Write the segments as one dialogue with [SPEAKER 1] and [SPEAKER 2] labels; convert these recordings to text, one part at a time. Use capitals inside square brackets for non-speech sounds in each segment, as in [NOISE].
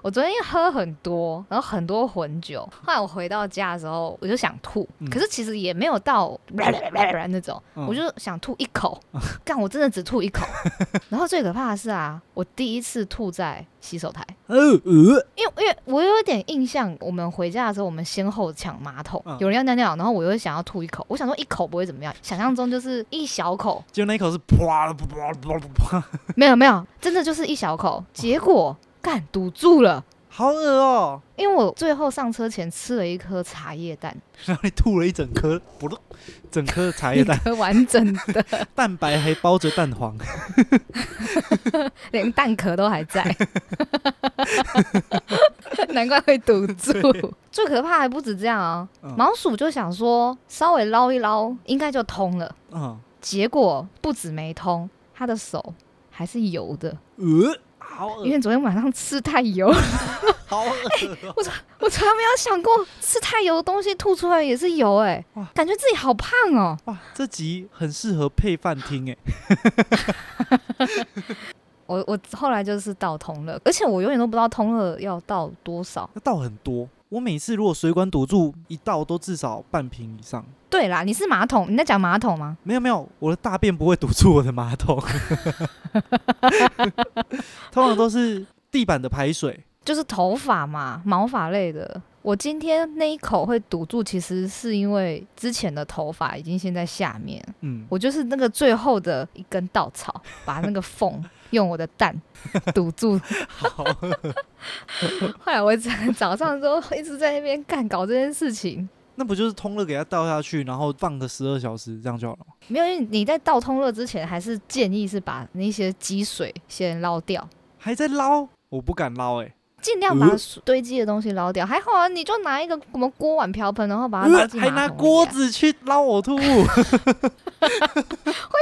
[SPEAKER 1] 我昨天喝很多，然后很多混酒，后来我回到家的时候，我就想吐，
[SPEAKER 2] 嗯
[SPEAKER 1] 可是其实也没有到
[SPEAKER 2] [LAUGHS]
[SPEAKER 1] 那种，
[SPEAKER 2] 嗯
[SPEAKER 1] 我就想吐一
[SPEAKER 2] [LAUGHS]
[SPEAKER 1] 口，干、我真的只吐一口。然后最可怕的是啊，我第一次吐在洗手台，
[SPEAKER 2] 呃呃，
[SPEAKER 1] 因为因为我有点印象，我们回家的时候，我们先后抢马桶，
[SPEAKER 2] 嗯
[SPEAKER 1] 有人要尿尿，然后我又想要吐一口，我想说一口不会怎么样，想象中就是一小口，
[SPEAKER 2] 结果那一口是啪啪啪啪啪，
[SPEAKER 1] 没有没有，真的就是一小口，结果干堵住了。
[SPEAKER 2] 好恶哦、
[SPEAKER 1] 因为我最后上车前吃了一颗茶叶蛋，
[SPEAKER 2] [LAUGHS] 然后你吐了一整颗，不噜，整颗茶 [LAUGHS] [LAUGHS] 叶蛋
[SPEAKER 1] 一，颗完整 [LAUGHS] 的，
[SPEAKER 2] 蛋白还包着蛋黄，
[SPEAKER 1] 连蛋壳都还在， [LAUGHS] 难怪会堵
[SPEAKER 2] [LAUGHS]
[SPEAKER 1] 住。最可怕还不止这样啊，
[SPEAKER 2] 嗯
[SPEAKER 1] 毛鼠就想说稍微捞一捞应该就通了，
[SPEAKER 2] 嗯，
[SPEAKER 1] 结果不止没通，它的手还是油的，
[SPEAKER 2] 呃，好
[SPEAKER 1] 因
[SPEAKER 2] 恶，
[SPEAKER 1] 为昨天晚上吃太油， [LAUGHS]
[SPEAKER 2] 好 [LAUGHS] 恶、哦
[SPEAKER 1] 我从来没有想过吃太油的东西吐出来也是油、欸，哎
[SPEAKER 2] 哇，
[SPEAKER 1] 感觉自己好胖哦。
[SPEAKER 2] 哇，这集很适合配饭听哎，
[SPEAKER 1] 我我后来就是到通乐，而且我永远都不知道通乐要到多少。
[SPEAKER 2] 那倒很多。我每次如果水管堵住一倒，都至少半瓶以上。
[SPEAKER 1] 对啦，你是马桶，你在讲马桶吗？
[SPEAKER 2] 没有没有，我的大便不会堵住我的马 [LAUGHS] 桶，通常都是地板的排水。
[SPEAKER 1] 就是头发嘛，毛发类的。我今天那一口会堵住，其实是因为之前的头发已经先在下面，
[SPEAKER 2] 嗯，
[SPEAKER 1] 我就是那个最后的一根稻草，把那个缝用我的蛋堵住。 [LAUGHS]
[SPEAKER 2] 好，
[SPEAKER 1] 后来我整个早上都一直在那边干搞这件事情，
[SPEAKER 2] 那不就是通了给它倒下去，然后放个十二小时，这样就好了吗？
[SPEAKER 1] 没有，因为你在倒通乐之前，还是建议是把那些积水先捞掉。
[SPEAKER 2] 还在捞，我不敢捞哎、
[SPEAKER 1] 尽量把
[SPEAKER 2] 呃
[SPEAKER 1] 水堆积的东西捞掉，还好啊，你就拿一个什么锅碗瓢盆，然后把它捞进
[SPEAKER 2] 呃还
[SPEAKER 1] 马
[SPEAKER 2] 拿
[SPEAKER 1] 桶里啊
[SPEAKER 2] 锅子去捞我吐， [LAUGHS]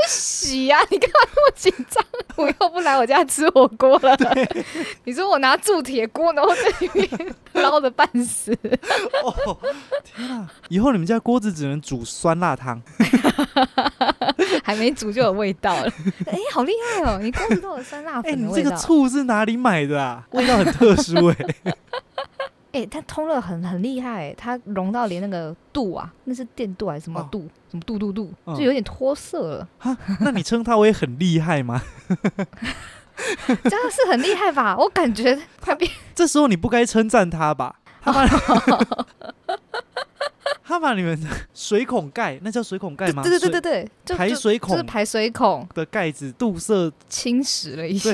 [SPEAKER 1] 洗啊！你干嘛那么紧张？我又不来我家吃火锅了。 [LAUGHS] 你说我拿铸铁锅，然后在里面捞的半死，
[SPEAKER 2] 哦，天啊！以后你们家锅子只能煮酸辣汤，
[SPEAKER 1] 还没煮就有味道
[SPEAKER 2] [LAUGHS]
[SPEAKER 1] 了。哎、好厉害哦！你锅子都有酸辣
[SPEAKER 2] 哎、
[SPEAKER 1] 粉的
[SPEAKER 2] 你
[SPEAKER 1] 味
[SPEAKER 2] 这
[SPEAKER 1] 道
[SPEAKER 2] 个。醋是哪里买
[SPEAKER 1] [LAUGHS]
[SPEAKER 2] 的啊？味道很特殊哎、
[SPEAKER 1] 欸哎、它通了很很厉害、它融到连那个度啊，那是电镀还是什么
[SPEAKER 2] 哦
[SPEAKER 1] 镀？什么镀镀镀，
[SPEAKER 2] 嗯
[SPEAKER 1] 就有点脱色了。
[SPEAKER 2] 那你称它为很厉害吗？
[SPEAKER 1] 这样是很厉害吧？我感觉它变
[SPEAKER 2] 这时候你不该称赞他吧？他把 [LAUGHS] 他把你们的水孔盖，那叫水孔盖吗？
[SPEAKER 1] 对对对对
[SPEAKER 2] 水
[SPEAKER 1] 对，就
[SPEAKER 2] 排
[SPEAKER 1] 就
[SPEAKER 2] 水
[SPEAKER 1] 就
[SPEAKER 2] 孔
[SPEAKER 1] 是排水孔
[SPEAKER 2] 的盖子镀色，
[SPEAKER 1] 侵蚀了一些。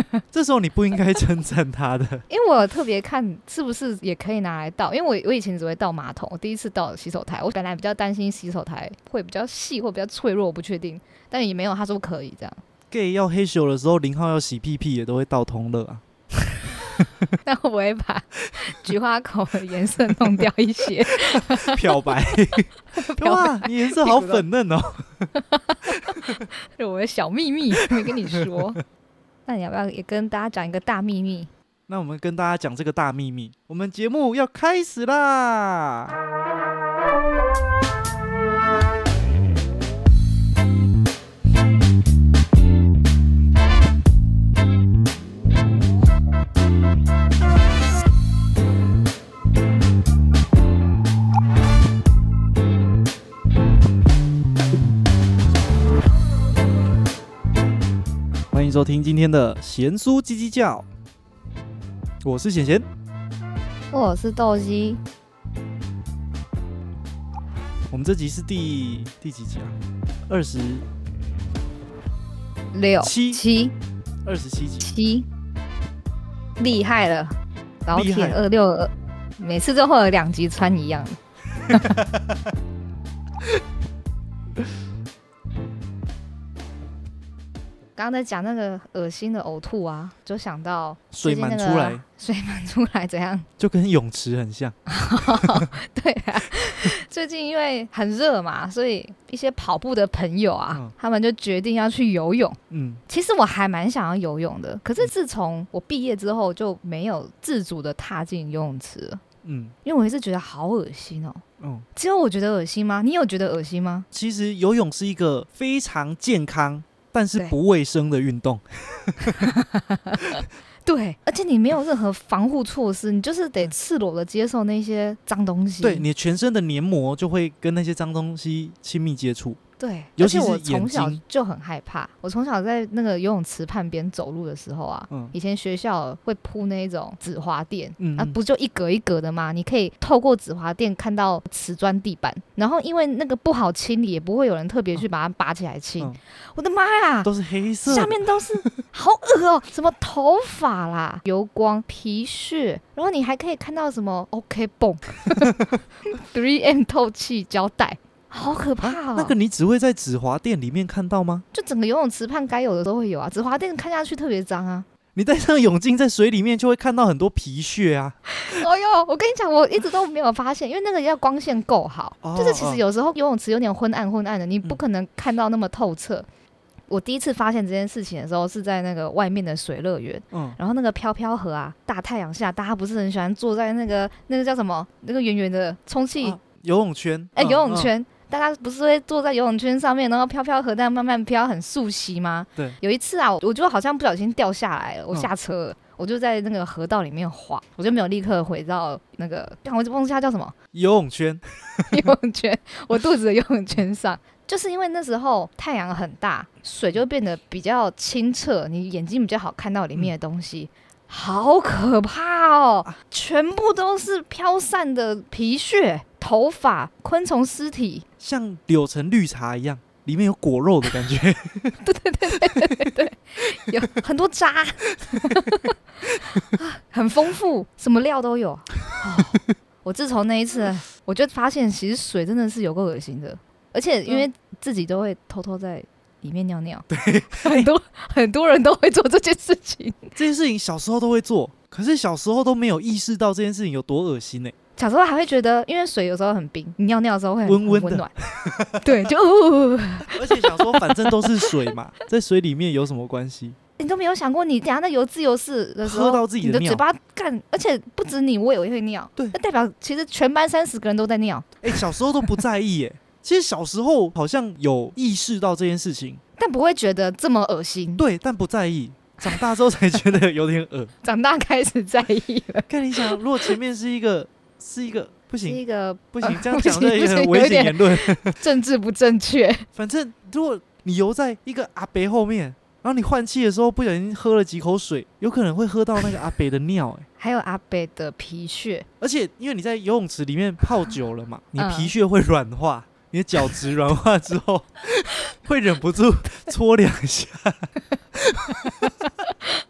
[SPEAKER 2] 对。这时候你不应该称赞他的
[SPEAKER 1] [LAUGHS]
[SPEAKER 2] [LAUGHS]
[SPEAKER 1] 因为我有特别看是不是也可以拿来倒，因为我我以前只会倒马桶，我第一次倒洗手台，我本来比较担心洗手台会比较细或比较脆弱，我不确定，但也没有他说可以这
[SPEAKER 2] [LAUGHS]
[SPEAKER 1] 样，
[SPEAKER 2] gay 要黑咻的时候，零号要洗屁屁也都会倒通乐啊。
[SPEAKER 1] [LAUGHS] 那会不会把 [LAUGHS] 菊花口的颜色弄掉一些？
[SPEAKER 2] 漂白，
[SPEAKER 1] 漂白
[SPEAKER 2] [LAUGHS] 哇，你颜色好粉嫩哦。
[SPEAKER 1] 是 [LAUGHS] 我的小秘密，没跟你
[SPEAKER 2] [LAUGHS]
[SPEAKER 1] 说。那你要不要也跟大家讲一个大秘密？
[SPEAKER 2] 那我们跟大家讲这个大秘密，我们节目要开始啦！欢迎收听今天的贤叔叽叽叫，我是贤贤。
[SPEAKER 1] 我是豆西，
[SPEAKER 2] 我们这集是第第几集啊？二十
[SPEAKER 1] 六
[SPEAKER 2] 七
[SPEAKER 1] 七
[SPEAKER 2] 二十七集，
[SPEAKER 1] 七，厉害了，老
[SPEAKER 2] 厉
[SPEAKER 1] 铁
[SPEAKER 2] 害
[SPEAKER 1] 二六二，每次都会有两集穿一
[SPEAKER 2] [LAUGHS]
[SPEAKER 1] 样的。刚刚在讲那个恶心的呕吐啊，就想到最
[SPEAKER 2] 水
[SPEAKER 1] 近
[SPEAKER 2] 满
[SPEAKER 1] 那
[SPEAKER 2] 出
[SPEAKER 1] 个啊
[SPEAKER 2] 来、
[SPEAKER 1] 水满出来怎样？ [LAUGHS]
[SPEAKER 2] 就跟泳池很像。
[SPEAKER 1] 对啊，最近因为很热嘛，所以一些跑步的朋友啊，
[SPEAKER 2] 嗯
[SPEAKER 1] 他们就决定要去游泳。
[SPEAKER 2] 嗯，
[SPEAKER 1] 其实我还蛮想要游泳的，可是自从我毕业之后就没有自主的踏进游泳池了，
[SPEAKER 2] 嗯
[SPEAKER 1] 因为我一直觉得好恶心哦。
[SPEAKER 2] 嗯，
[SPEAKER 1] 只有我觉得恶心吗？你有觉得恶心吗？
[SPEAKER 2] 其实游泳是一个非常健康但是
[SPEAKER 1] 对
[SPEAKER 2] 不卫生的运动，
[SPEAKER 1] 对，而且你没有任何防护措施，你就是得赤裸的接受那些脏东西。
[SPEAKER 2] 对你全身的黏膜就会跟那些脏东西亲密接触。
[SPEAKER 1] 对，
[SPEAKER 2] 尤
[SPEAKER 1] 而
[SPEAKER 2] 其
[SPEAKER 1] 且我
[SPEAKER 2] 是眼
[SPEAKER 1] 从小
[SPEAKER 2] 睛
[SPEAKER 1] 就很害怕。我从小在那个游泳池畔边走路的时候啊，
[SPEAKER 2] 嗯
[SPEAKER 1] 以前学校会铺那种纸滑垫。
[SPEAKER 2] 嗯，
[SPEAKER 1] 啊，
[SPEAKER 2] 嗯
[SPEAKER 1] 不就一格一格的吗？你可以透过纸滑垫看到瓷砖地板，然后因为那个不好清理，也不会有人特别去把它拔起来清。
[SPEAKER 2] 嗯
[SPEAKER 1] 我的妈呀！
[SPEAKER 2] 都是黑色的，
[SPEAKER 1] 下面都是好恶哦、 [LAUGHS] 什么头发啦、油光、皮屑，然后你还可以看到什么 OK [LAUGHS] 泵、3 M 透气胶带，好可怕哦、
[SPEAKER 2] 啊那个你只会在纸滑垫里面看到吗？
[SPEAKER 1] 就整个游泳池畔该有的都会有啊，紫华店看下去特别脏啊。
[SPEAKER 2] 你戴上泳镜在水里面就会看到很多皮屑啊。
[SPEAKER 1] [LAUGHS] 哎呦，我跟你讲，我一直都没有发现，因为那个要光线够好，
[SPEAKER 2] 哦嗯
[SPEAKER 1] 就是其实有时候游泳池有点昏暗昏暗的，你不可能看到那么透彻。我第一次发现这件事情的时候，是在那个外面的水乐园，
[SPEAKER 2] 嗯，
[SPEAKER 1] 然后那个飘飘河啊，大太阳下，大家不是很喜欢坐在那个那个叫什么那个圆圆的充气
[SPEAKER 2] 啊游泳圈，
[SPEAKER 1] 哎、
[SPEAKER 2] 嗯
[SPEAKER 1] 游泳，
[SPEAKER 2] 嗯
[SPEAKER 1] 圈，大家不是会坐在游泳圈上面，然后飘飘河，但慢慢飘，很溯溪吗？
[SPEAKER 2] 对
[SPEAKER 1] 有一次啊，我我就好像不小心掉下来了，我
[SPEAKER 2] 嗯
[SPEAKER 1] 下车了，我就在那个河道里面滑，我就没有立刻回到那个，但我就忘记它叫什么 [LAUGHS]
[SPEAKER 2] 嗯游泳圈，
[SPEAKER 1] 游泳圈，我肚子的游泳圈上。就是因为那时候太阳很大，水就变得比较清澈，你眼睛比较好看到里
[SPEAKER 2] 嗯
[SPEAKER 1] 面的东西，好可怕哦！
[SPEAKER 2] 啊
[SPEAKER 1] 全部都是飘散的皮屑、头发、昆虫尸体，
[SPEAKER 2] 像柳橙绿茶一样，里面有果肉的感觉。
[SPEAKER 1] 有很多渣， [LAUGHS] 啊很丰富，什么料都有。哦、我自从那一次，我就发现其实水真的是有够恶心的，而且因为
[SPEAKER 2] 嗯
[SPEAKER 1] 自己都会偷偷在里面尿尿，对，很多很多人都会做这件事情。
[SPEAKER 2] [LAUGHS] 这些事情小时候都会做，可是小时候都没有意识到这件事情有多恶心呢、欸
[SPEAKER 1] 小时候还会觉得，因为水有时候很冰，你尿尿的时候会很
[SPEAKER 2] 温温
[SPEAKER 1] 很
[SPEAKER 2] 的
[SPEAKER 1] 温暖，对，就、哦、
[SPEAKER 2] [LAUGHS] 而且小时候反正都是水 [LAUGHS] 嘛，在水里面有什么关系？
[SPEAKER 1] 你都没有想过，你等下那游自由式的时候，
[SPEAKER 2] 喝到自己
[SPEAKER 1] 你
[SPEAKER 2] 的
[SPEAKER 1] 的
[SPEAKER 2] 尿
[SPEAKER 1] 嘴巴干，而且不止你，我也会尿，
[SPEAKER 2] 对
[SPEAKER 1] 那代表其实全班三十个人都在尿。
[SPEAKER 2] 哎、小时候都不在意耶、其实小时候好像有意识到这件事情，
[SPEAKER 1] 但不会觉得这么恶心。
[SPEAKER 2] 对，但不在意。长大之后才觉得有点恶。
[SPEAKER 1] 长大开始在意了，
[SPEAKER 2] [LAUGHS] 看你想，如果前面是一个是一个不
[SPEAKER 1] 是
[SPEAKER 2] 行
[SPEAKER 1] 一个 [LAUGHS]
[SPEAKER 2] 不行，这
[SPEAKER 1] 不
[SPEAKER 2] 样讲
[SPEAKER 1] 行
[SPEAKER 2] 这也
[SPEAKER 1] 不
[SPEAKER 2] 很
[SPEAKER 1] 行
[SPEAKER 2] 危
[SPEAKER 1] 有
[SPEAKER 2] 险
[SPEAKER 1] 点
[SPEAKER 2] 言论。
[SPEAKER 1] 政治不正确。
[SPEAKER 2] 反正如果你游在一个阿伯后面，然后你换气的时候不小心喝了几口水，有可能会喝到那个阿伯的尿、欸。
[SPEAKER 1] 还有阿北的皮屑，
[SPEAKER 2] [LAUGHS] 而且因为你在游泳池里面泡久了嘛，你
[SPEAKER 1] 嗯
[SPEAKER 2] 皮屑会软化，你的角质软化之后 [LAUGHS] 会忍不住搓两下。
[SPEAKER 1] [LAUGHS]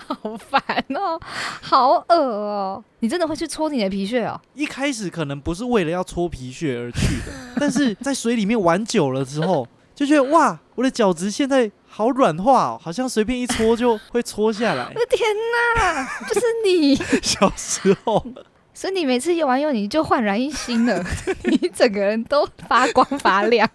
[SPEAKER 1] 好烦哦，好恶哦！你真的会去搓你的皮屑哦？
[SPEAKER 2] 一开始可能不是为了要搓皮屑而去 [LAUGHS] 的，但是在水里面玩久了之后，就觉得哇，我的角质现在好软化哦，好像随便一搓就会搓下来
[SPEAKER 1] 我。
[SPEAKER 2] [LAUGHS]
[SPEAKER 1] 的天哪， [LAUGHS] 就是你！
[SPEAKER 2] 小时候，
[SPEAKER 1] 所以你每次用完用你就焕然一新 [LAUGHS] 了，你整个人都发光发亮，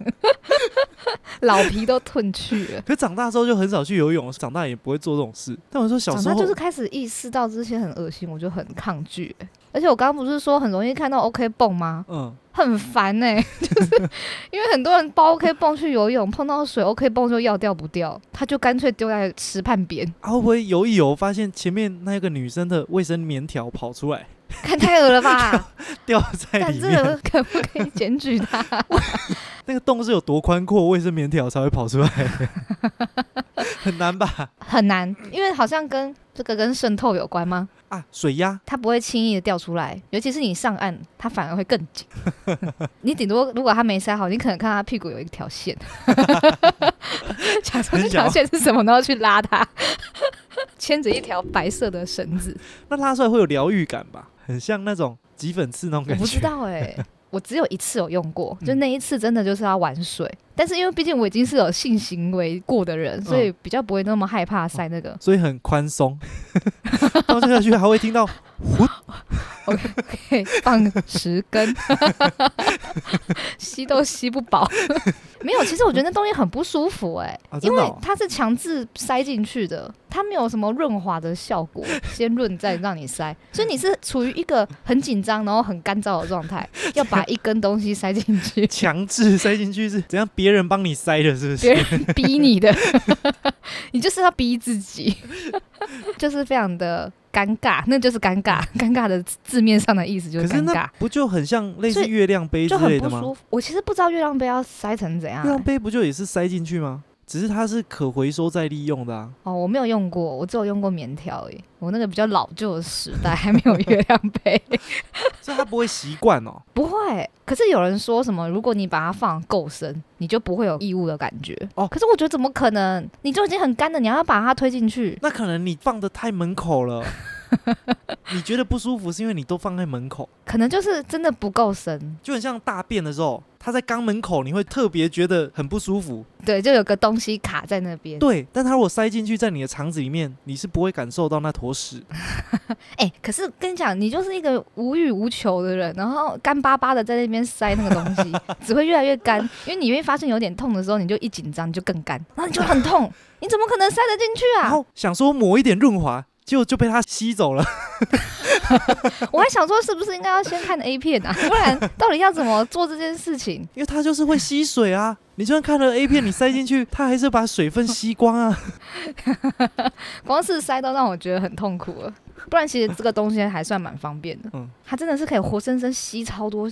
[SPEAKER 1] [LAUGHS] 老皮都褪去了。
[SPEAKER 2] 可长大之后就很少去游泳，长大也不会做这种事。但我说小
[SPEAKER 1] 长
[SPEAKER 2] 时
[SPEAKER 1] 大
[SPEAKER 2] 候
[SPEAKER 1] 就是开始意识到这些很恶心，我就很抗拒。欸而且我刚刚不是说很容易看到 OK 泵吗？
[SPEAKER 2] 嗯，
[SPEAKER 1] 很烦呢、 [LAUGHS] 就是因为很多人包 OK 泵去游泳，碰到水 OK 泵就要掉不掉，他就干脆丢在池畔边，
[SPEAKER 2] 啊会不会游一游发现前面那个女生的卫生棉条跑出来 [LAUGHS]
[SPEAKER 1] 看太恶了吧？
[SPEAKER 2] 掉在
[SPEAKER 1] 但
[SPEAKER 2] 里
[SPEAKER 1] 这
[SPEAKER 2] 面？
[SPEAKER 1] 个可不可以检举他？ [LAUGHS]
[SPEAKER 2] 那个洞是有多宽阔，卫生棉条才会跑出来？ [LAUGHS] 很难吧？
[SPEAKER 1] 很难，因为好像跟这个跟渗透有关吗？
[SPEAKER 2] 啊，水压
[SPEAKER 1] 它不会轻易的掉出来，尤其是你上岸，它反而会更紧。 [LAUGHS] 你顶多如果它没塞好，你可能看它屁股有一条线，想说这条线是什么，然后去拉它，牵着一条白色的绳子。
[SPEAKER 2] 那拉出来会有疗愈感吧？很像那种挤粉刺那种
[SPEAKER 1] 我
[SPEAKER 2] 感
[SPEAKER 1] 不知
[SPEAKER 2] 觉。
[SPEAKER 1] 道哎、我只有一次有用过，就
[SPEAKER 2] 嗯
[SPEAKER 1] 那一次真的就是要玩水，但是因为毕竟我已经是有性行为过的人，所以比较不会那么害怕塞那个。
[SPEAKER 2] 所以很宽松， [LAUGHS] 到这个区还会听到呼，
[SPEAKER 1] 嘿，放十
[SPEAKER 2] [LAUGHS]
[SPEAKER 1] 根，吸都吸不饱。没有，其实我觉得那东西很不舒服哎、
[SPEAKER 2] 啊真
[SPEAKER 1] 因
[SPEAKER 2] 的哦，
[SPEAKER 1] 为它是强制塞进去的，它没有什么润滑的效果，先润再让你塞，所以你是处于一个很紧张然后很干燥的状态，要把一根东西塞进去
[SPEAKER 2] 强制塞进去是怎样？别人帮你塞的，是不
[SPEAKER 1] 别
[SPEAKER 2] 是？
[SPEAKER 1] 人
[SPEAKER 2] [LAUGHS]
[SPEAKER 1] [LAUGHS] 逼你的，你就是要逼自己，就是非常的。尴尬，那就是尴尬，尴尬的字面上的意思就
[SPEAKER 2] 可
[SPEAKER 1] 是
[SPEAKER 2] 是
[SPEAKER 1] 尴
[SPEAKER 2] 那
[SPEAKER 1] 尬，
[SPEAKER 2] 不就很像类
[SPEAKER 1] 所
[SPEAKER 2] 似
[SPEAKER 1] 以
[SPEAKER 2] 月亮杯之
[SPEAKER 1] 就很
[SPEAKER 2] 类
[SPEAKER 1] 不
[SPEAKER 2] 的吗？
[SPEAKER 1] 舒服。我其实不知道月亮杯要塞成怎样
[SPEAKER 2] 月亮
[SPEAKER 1] 欸
[SPEAKER 2] 杯不就也是塞进去吗？只是它是可回收再利用的啊。
[SPEAKER 1] 哦，我没有用过，我只有用过棉条而已。我那个比较老旧的时代还没有月亮杯， [LAUGHS]
[SPEAKER 2] 所以他不会习惯哦。
[SPEAKER 1] 不会。可是有人说什么，如果你把它放够深，你就不会有异物的感觉。
[SPEAKER 2] 哦
[SPEAKER 1] 可是我觉得怎么可能？你就已经很干了，你还要把它推进去？
[SPEAKER 2] 那可能你放的太门口了，你觉得不舒服是因为你都放在门口，
[SPEAKER 1] 可能就是真的不够深，
[SPEAKER 2] 就很像大便的时候，它在肛门口，你会特别觉得很不舒服。
[SPEAKER 1] 对，就有个东西卡在那边。
[SPEAKER 2] 对，但它如果塞进去在你的肠子里面，你是不会感受到那坨屎。
[SPEAKER 1] 哎、可是跟你讲，你就是一个无欲无求的人，然后干巴巴的在那边塞那个东西，只会越来越干。因为你会发现有点痛的时候，你就一紧张你就更干，然后你就很痛，你怎么可能塞得进去
[SPEAKER 2] 然
[SPEAKER 1] 啊？
[SPEAKER 2] 后想说抹一点润滑，结果就被它吸走了。
[SPEAKER 1] 我还想说，是不是应该要先看 A 片啊？不然到底要怎么做这件事情？
[SPEAKER 2] 因为它就是会吸水啊。你就算看了 A 片，你塞进去，它还是把水分吸光啊。
[SPEAKER 1] 光是塞都让我觉得很痛苦了。不然其实这个东西还算蛮方便的，
[SPEAKER 2] 嗯
[SPEAKER 1] 它真的是可以活生生吸超多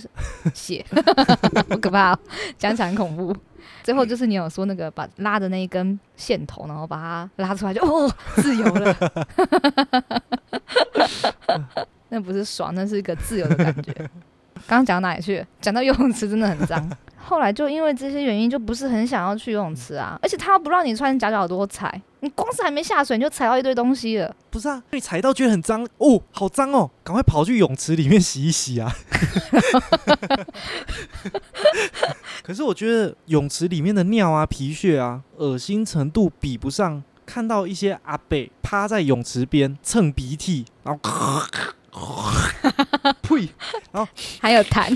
[SPEAKER 1] 血，好可怕、哦，讲起来很恐怖。最后就是你有说那个把拉的那一根线头，然后把它拉出来就，哦，自由了。那不是爽，那是一个自由的感觉。刚刚讲到哪里去了？讲到游泳池真的很脏。后来就因为这些原因，就不是很想要去游泳池啊。而且他不让你穿夹脚多踩，你光是还没下水你就踩到一堆东西了。
[SPEAKER 2] 不是啊，你踩到觉得很脏哦，好脏哦，赶快跑去泳池里面洗一洗啊。 [LAUGHS] 可是我觉得泳池里面的尿啊、皮屑啊，恶心程度比不上看到一些阿伯趴在泳池边蹭鼻涕，然后 [LAUGHS] 呸
[SPEAKER 1] 还有痰，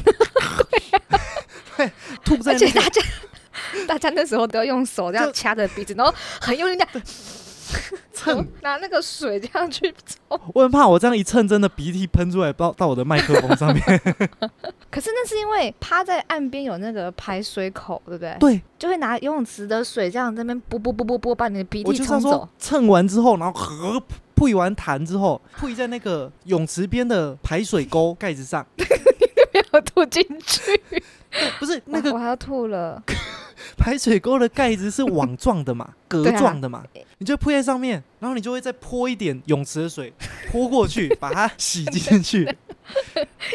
[SPEAKER 2] 吐在
[SPEAKER 1] 而且
[SPEAKER 2] 那个
[SPEAKER 1] 大家大家那时候都要用手这样
[SPEAKER 2] 就
[SPEAKER 1] 掐着鼻子，然后很用力的
[SPEAKER 2] 蹭。
[SPEAKER 1] 拿那个水这样去 [LAUGHS] 冲。
[SPEAKER 2] 我很怕我这样一蹭，真的鼻涕喷出来，到到我的麦克风
[SPEAKER 1] [LAUGHS]
[SPEAKER 2] 上面。
[SPEAKER 1] 可是那是因为趴在岸边有那个排水口，对不对？
[SPEAKER 2] 对，
[SPEAKER 1] 就会拿游泳池的水这样这边拨拨拨拨拨，把你的鼻
[SPEAKER 2] 我
[SPEAKER 1] 涕
[SPEAKER 2] 就是
[SPEAKER 1] 冲
[SPEAKER 2] 要
[SPEAKER 1] 走 [LAUGHS]
[SPEAKER 2] 说。蹭完之后，然后和呸完痰之后，呸在那个泳池边的排水沟盖子上，
[SPEAKER 1] 没有吐进去，
[SPEAKER 2] 不是那
[SPEAKER 1] 我
[SPEAKER 2] 个
[SPEAKER 1] 还要吐了。
[SPEAKER 2] 排水沟的盖子是网状的嘛，格
[SPEAKER 1] [LAUGHS] 对啊
[SPEAKER 2] 状的嘛，你就呸在上面，然后你就会再泼一点泳池的水泼过去，把它洗
[SPEAKER 1] [LAUGHS]
[SPEAKER 2] 进去。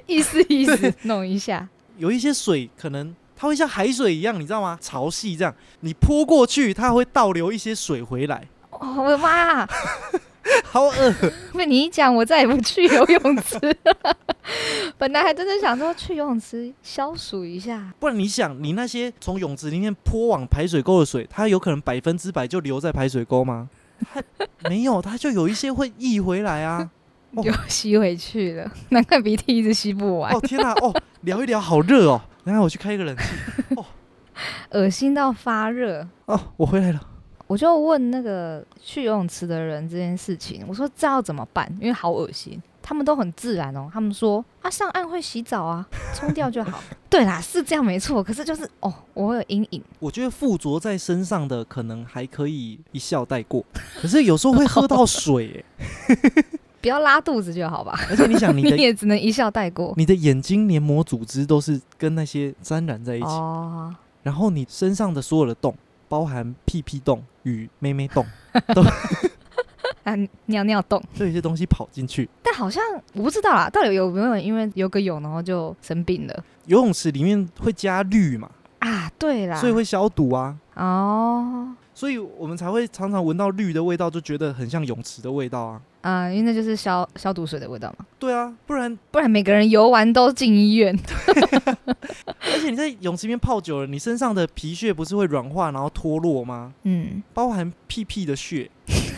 [SPEAKER 1] 意思意思，弄一下。
[SPEAKER 2] 有一些水可能。它会像海水一样，你知道吗？潮汐这样，你泼过去，它会倒流一些水回来，
[SPEAKER 1] 哦，我的妈！
[SPEAKER 2] 好恶。
[SPEAKER 1] 被你一讲，我再也不去游泳池 [LAUGHS] 了。本来还真的想说去游泳池消暑一下，
[SPEAKER 2] 不然你想，你那些从泳池里面泼往排水沟的水，它有可能百分之百就留在排水沟吗？它没有，它就有一些会溢回
[SPEAKER 1] [LAUGHS]
[SPEAKER 2] 来啊！哦
[SPEAKER 1] 又吸回去了，难怪鼻涕一直吸不完
[SPEAKER 2] 哦，天哪、哦，聊一聊好热哦，然后我去开一个冷气
[SPEAKER 1] 恶心到发热。
[SPEAKER 2] 哦，我回来了。
[SPEAKER 1] 我就问那个去游泳池的人这件事情，我说这要怎么办？因为好恶心。他们都很自然哦，他们说啊，上岸会洗澡啊，冲掉就
[SPEAKER 2] [LAUGHS]
[SPEAKER 1] 好。对啦，是这样没错，可是就是哦，我会有阴影。
[SPEAKER 2] 我觉得附着在身上的可能还可以一笑带过，可是有时候会喝到水
[SPEAKER 1] [LAUGHS]
[SPEAKER 2] 耶、
[SPEAKER 1] 不要拉肚子就好吧，
[SPEAKER 2] 而且你想，你
[SPEAKER 1] 你
[SPEAKER 2] 的
[SPEAKER 1] 也只能一笑带过。
[SPEAKER 2] 你的眼睛黏膜组织都是跟那些沾染在一起，
[SPEAKER 1] 哦，
[SPEAKER 2] 然后你身上的所有的洞，包含屁屁洞与妹妹洞，
[SPEAKER 1] 啊，尿尿洞。
[SPEAKER 2] 都有一些东西跑进去。
[SPEAKER 1] 但好像我不知道啦，到底有没有人因为游个泳然后就生病了
[SPEAKER 2] 游泳池里面会加氯嘛，
[SPEAKER 1] 啊？对啦，
[SPEAKER 2] 所以会消毒啊，
[SPEAKER 1] 哦，
[SPEAKER 2] 所以我们才会常常闻到氯的味道，就觉得很像泳池的味道啊。
[SPEAKER 1] 啊、因为那就是消消毒水的味道嘛，
[SPEAKER 2] 对啊，不然
[SPEAKER 1] 不然每个人游完都进医院。
[SPEAKER 2] 而且你在泳池里面泡久了，你身上的皮屑不是会软化然后脱落吗？
[SPEAKER 1] 嗯，
[SPEAKER 2] 包含屁屁的屑，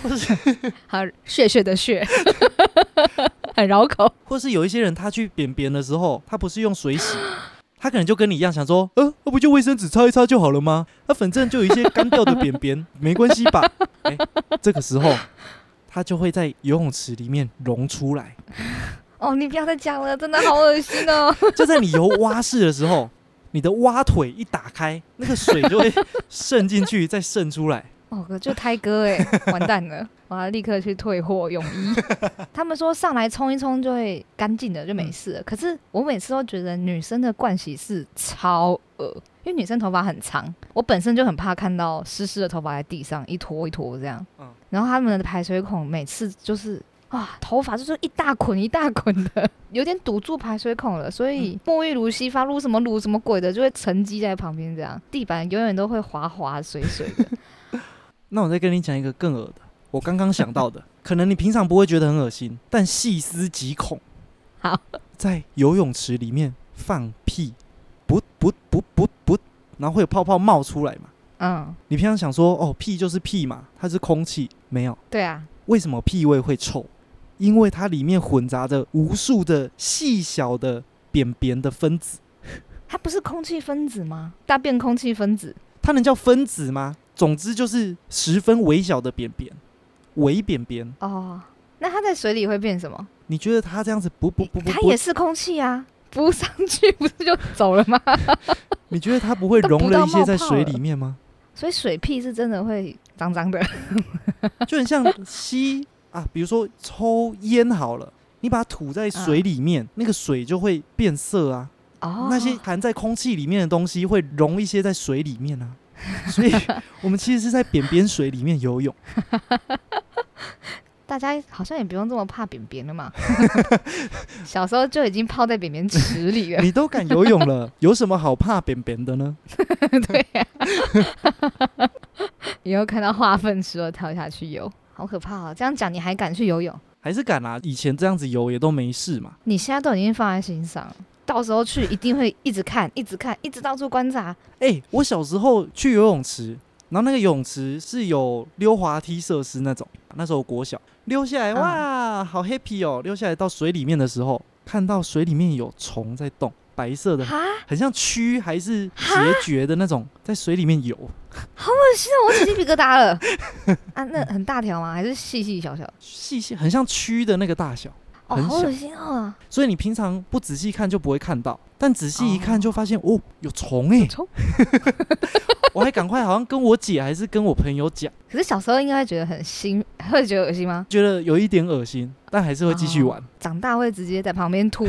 [SPEAKER 2] 或是
[SPEAKER 1] [LAUGHS] 好，血血的血， [LAUGHS] 很绕口。
[SPEAKER 2] 或是有一些人他去便便的时候，他不是用水洗。他可能就跟你一样想说，呃，那不就卫生纸擦一擦就好了吗？那、反正就有一些干掉的便便，没关系吧？ [LAUGHS] 哎、这个时候他就会在游泳池里面溶出来，
[SPEAKER 1] 哦，你不要再讲了，真的好恶心哦。
[SPEAKER 2] 就在你游蛙式的时候，你的蛙腿一打开，那个水就会渗进去，再渗出来。
[SPEAKER 1] 哦，哥就胎哥哎、完蛋了，我要立刻去退货泳衣。 [LAUGHS] 他们说上来冲一冲就会干净的，就没事了。可是我每次都觉得女生的盥洗室超恶，因为女生头发很长，我本身就很怕看到湿湿的头发在地上一坨一坨这样。
[SPEAKER 2] 嗯
[SPEAKER 1] 然后他们的排水孔每次就是。啊，头发就是一大捆一大捆的， [LAUGHS] 有点堵住排水孔了，所以沐浴乳、洗发露什么乳什么鬼的，就会沉积在旁边，这样地板永远都会滑滑水水的。 [LAUGHS]
[SPEAKER 2] 那我再跟你讲一个更恶的，我刚刚想到的，可能你平常不会觉得很恶心，但细思极恐。
[SPEAKER 1] 好，
[SPEAKER 2] 在游泳池里面放屁，不不不不不，然后会有泡泡冒出来嘛？
[SPEAKER 1] 嗯，
[SPEAKER 2] 你平常想说哦，屁就是屁嘛，它是空气，没有。
[SPEAKER 1] 对啊，
[SPEAKER 2] 为什么屁味会臭？因为它里面混杂着无数的细小的扁扁的分子，
[SPEAKER 1] 它不是空气分子吗？大便空气分子
[SPEAKER 2] 它能叫分子吗？总之就是十分微小的扁扁，微扁扁。
[SPEAKER 1] 哦，那它在水里会变什么？
[SPEAKER 2] 你觉得它这样子不不不不
[SPEAKER 1] 它
[SPEAKER 2] 不
[SPEAKER 1] 也是空气啊，浮上去不是就走了吗？
[SPEAKER 2] 你觉得它不会
[SPEAKER 1] 都
[SPEAKER 2] 融
[SPEAKER 1] 不
[SPEAKER 2] 了
[SPEAKER 1] 到
[SPEAKER 2] 一些
[SPEAKER 1] 冒
[SPEAKER 2] 在
[SPEAKER 1] 泡
[SPEAKER 2] 水
[SPEAKER 1] 了
[SPEAKER 2] 里面吗？
[SPEAKER 1] [LAUGHS] 所以水屁是真的会脏脏的。
[SPEAKER 2] 就很像吸啊，比如说抽烟好了，你把它吐在水里面，那个水就会变色啊。
[SPEAKER 1] [LAUGHS] 哦，
[SPEAKER 2] 那些含在空气里面的东西会溶一些在水里面
[SPEAKER 1] [LAUGHS]
[SPEAKER 2] 啊。所以我们其实是在扁扁水里面
[SPEAKER 1] [LAUGHS]
[SPEAKER 2] 游泳。
[SPEAKER 1] 大家好像也不用这么怕扁扁了
[SPEAKER 2] [LAUGHS]
[SPEAKER 1] 嘛。小时候就已经泡在扁扁池里
[SPEAKER 2] [LAUGHS]
[SPEAKER 1] 了。
[SPEAKER 2] 你都敢游泳了，有什么好怕扁扁的呢？
[SPEAKER 1] 对呀、 [LAUGHS] 以后看到化粪池我跳下去游，好可怕哦！这样讲你还敢去游泳？
[SPEAKER 2] 还是敢啊？以前这样子游也都没事嘛。
[SPEAKER 1] 你现在都已经放在心上了，到时候去一定会一直看， [LAUGHS] 一直看，一直到处观察。
[SPEAKER 2] 哎、我小时候去游泳池，然后那个泳池是有溜滑梯设施那种，那时候国小溜下来，
[SPEAKER 1] 嗯
[SPEAKER 2] 哇，好 happy 哦！溜下来到水里面的时候，看到水里面有虫在动，白色的，
[SPEAKER 1] 哈，
[SPEAKER 2] 很像蛆还是
[SPEAKER 1] 哈
[SPEAKER 2] 孑孓的那种，在水里面游。
[SPEAKER 1] 现哦在我起鸡皮疙瘩了。 [LAUGHS] 啊，那很大条吗？还是细细小小的？
[SPEAKER 2] 细细很像蛆的那个大小，
[SPEAKER 1] 哦，
[SPEAKER 2] 很
[SPEAKER 1] 好
[SPEAKER 2] 小
[SPEAKER 1] 恶心哦！
[SPEAKER 2] 所以你平常不仔细看就不会看到，但仔细一看
[SPEAKER 1] 哦
[SPEAKER 2] 就发现哦，有虫哎、
[SPEAKER 1] 虫
[SPEAKER 2] [LAUGHS] 我还赶快好像跟我姐还是跟我朋友讲，
[SPEAKER 1] 可是小时候应该会觉得很新， [LAUGHS] 会觉得恶心吗？
[SPEAKER 2] 觉得有一点恶心，但还是会继续玩。
[SPEAKER 1] 长大会直接在旁边吐，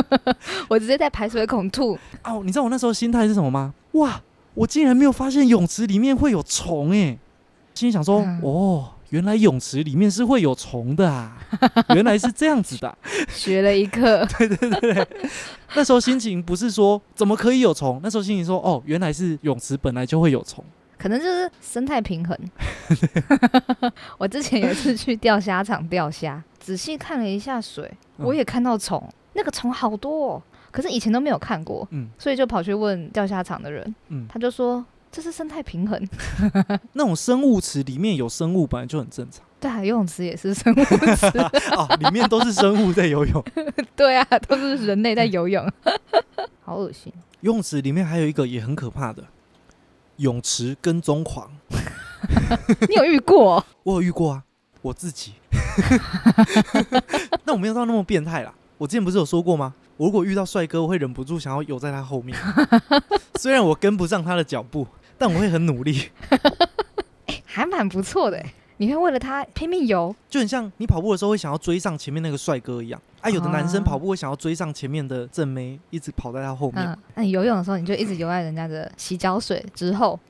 [SPEAKER 1] [LAUGHS] 我直接在排水孔吐。
[SPEAKER 2] 哦，你知道我那时候心态是什么吗？哇，我竟然没有发现泳池里面会有虫哎、心里想说，
[SPEAKER 1] 嗯
[SPEAKER 2] 哦，原来泳池里面是会有虫的啊， [LAUGHS] 原来是这样子的啊、
[SPEAKER 1] 学了一课，
[SPEAKER 2] 那时候心情不是说怎么可以有虫，那时候心情说，哦，原来是泳池本来就会有虫。
[SPEAKER 1] 可能就是生态平衡。 [LAUGHS] 我之前也是去钓虾场钓虾，仔细看了一下水，
[SPEAKER 2] 嗯
[SPEAKER 1] 我也看到虫，那个虫好多、哦，可是以前都没有看过，
[SPEAKER 2] 嗯
[SPEAKER 1] 所以就跑去问钓虾场的人，
[SPEAKER 2] 嗯，
[SPEAKER 1] 他就说这是生态平衡。 [LAUGHS]
[SPEAKER 2] 那种生物池里面有生物本来就很正常
[SPEAKER 1] 对啊，游泳池也是生 [LAUGHS] 物池，
[SPEAKER 2] 啊，里面都是生物在游泳。
[SPEAKER 1] 对啊，都是人类在游泳， [LAUGHS] 好恶心。
[SPEAKER 2] 游泳池里面还有一个也很可怕的泳池跟踪狂，
[SPEAKER 1] 你有遇过？ [LAUGHS]
[SPEAKER 2] 我有遇过啊，我自己。 [LAUGHS] 那我没有到那么变态啦。我之前不是有说过吗？我如果遇到帅哥，我会忍不住想要游在他后面，虽然我跟不上他的脚步，但我会很努力，
[SPEAKER 1] 还蛮不错的欸，你会为了他拼命游，
[SPEAKER 2] 就很像你跑步的时候会想要追上前面那个帅哥一样。啊，有的男生
[SPEAKER 1] 啊
[SPEAKER 2] 跑步会想要追上前面的正妹，一直跑在他后面，
[SPEAKER 1] 嗯，那你游泳的时候，你就一直游在人家的洗脚水之后，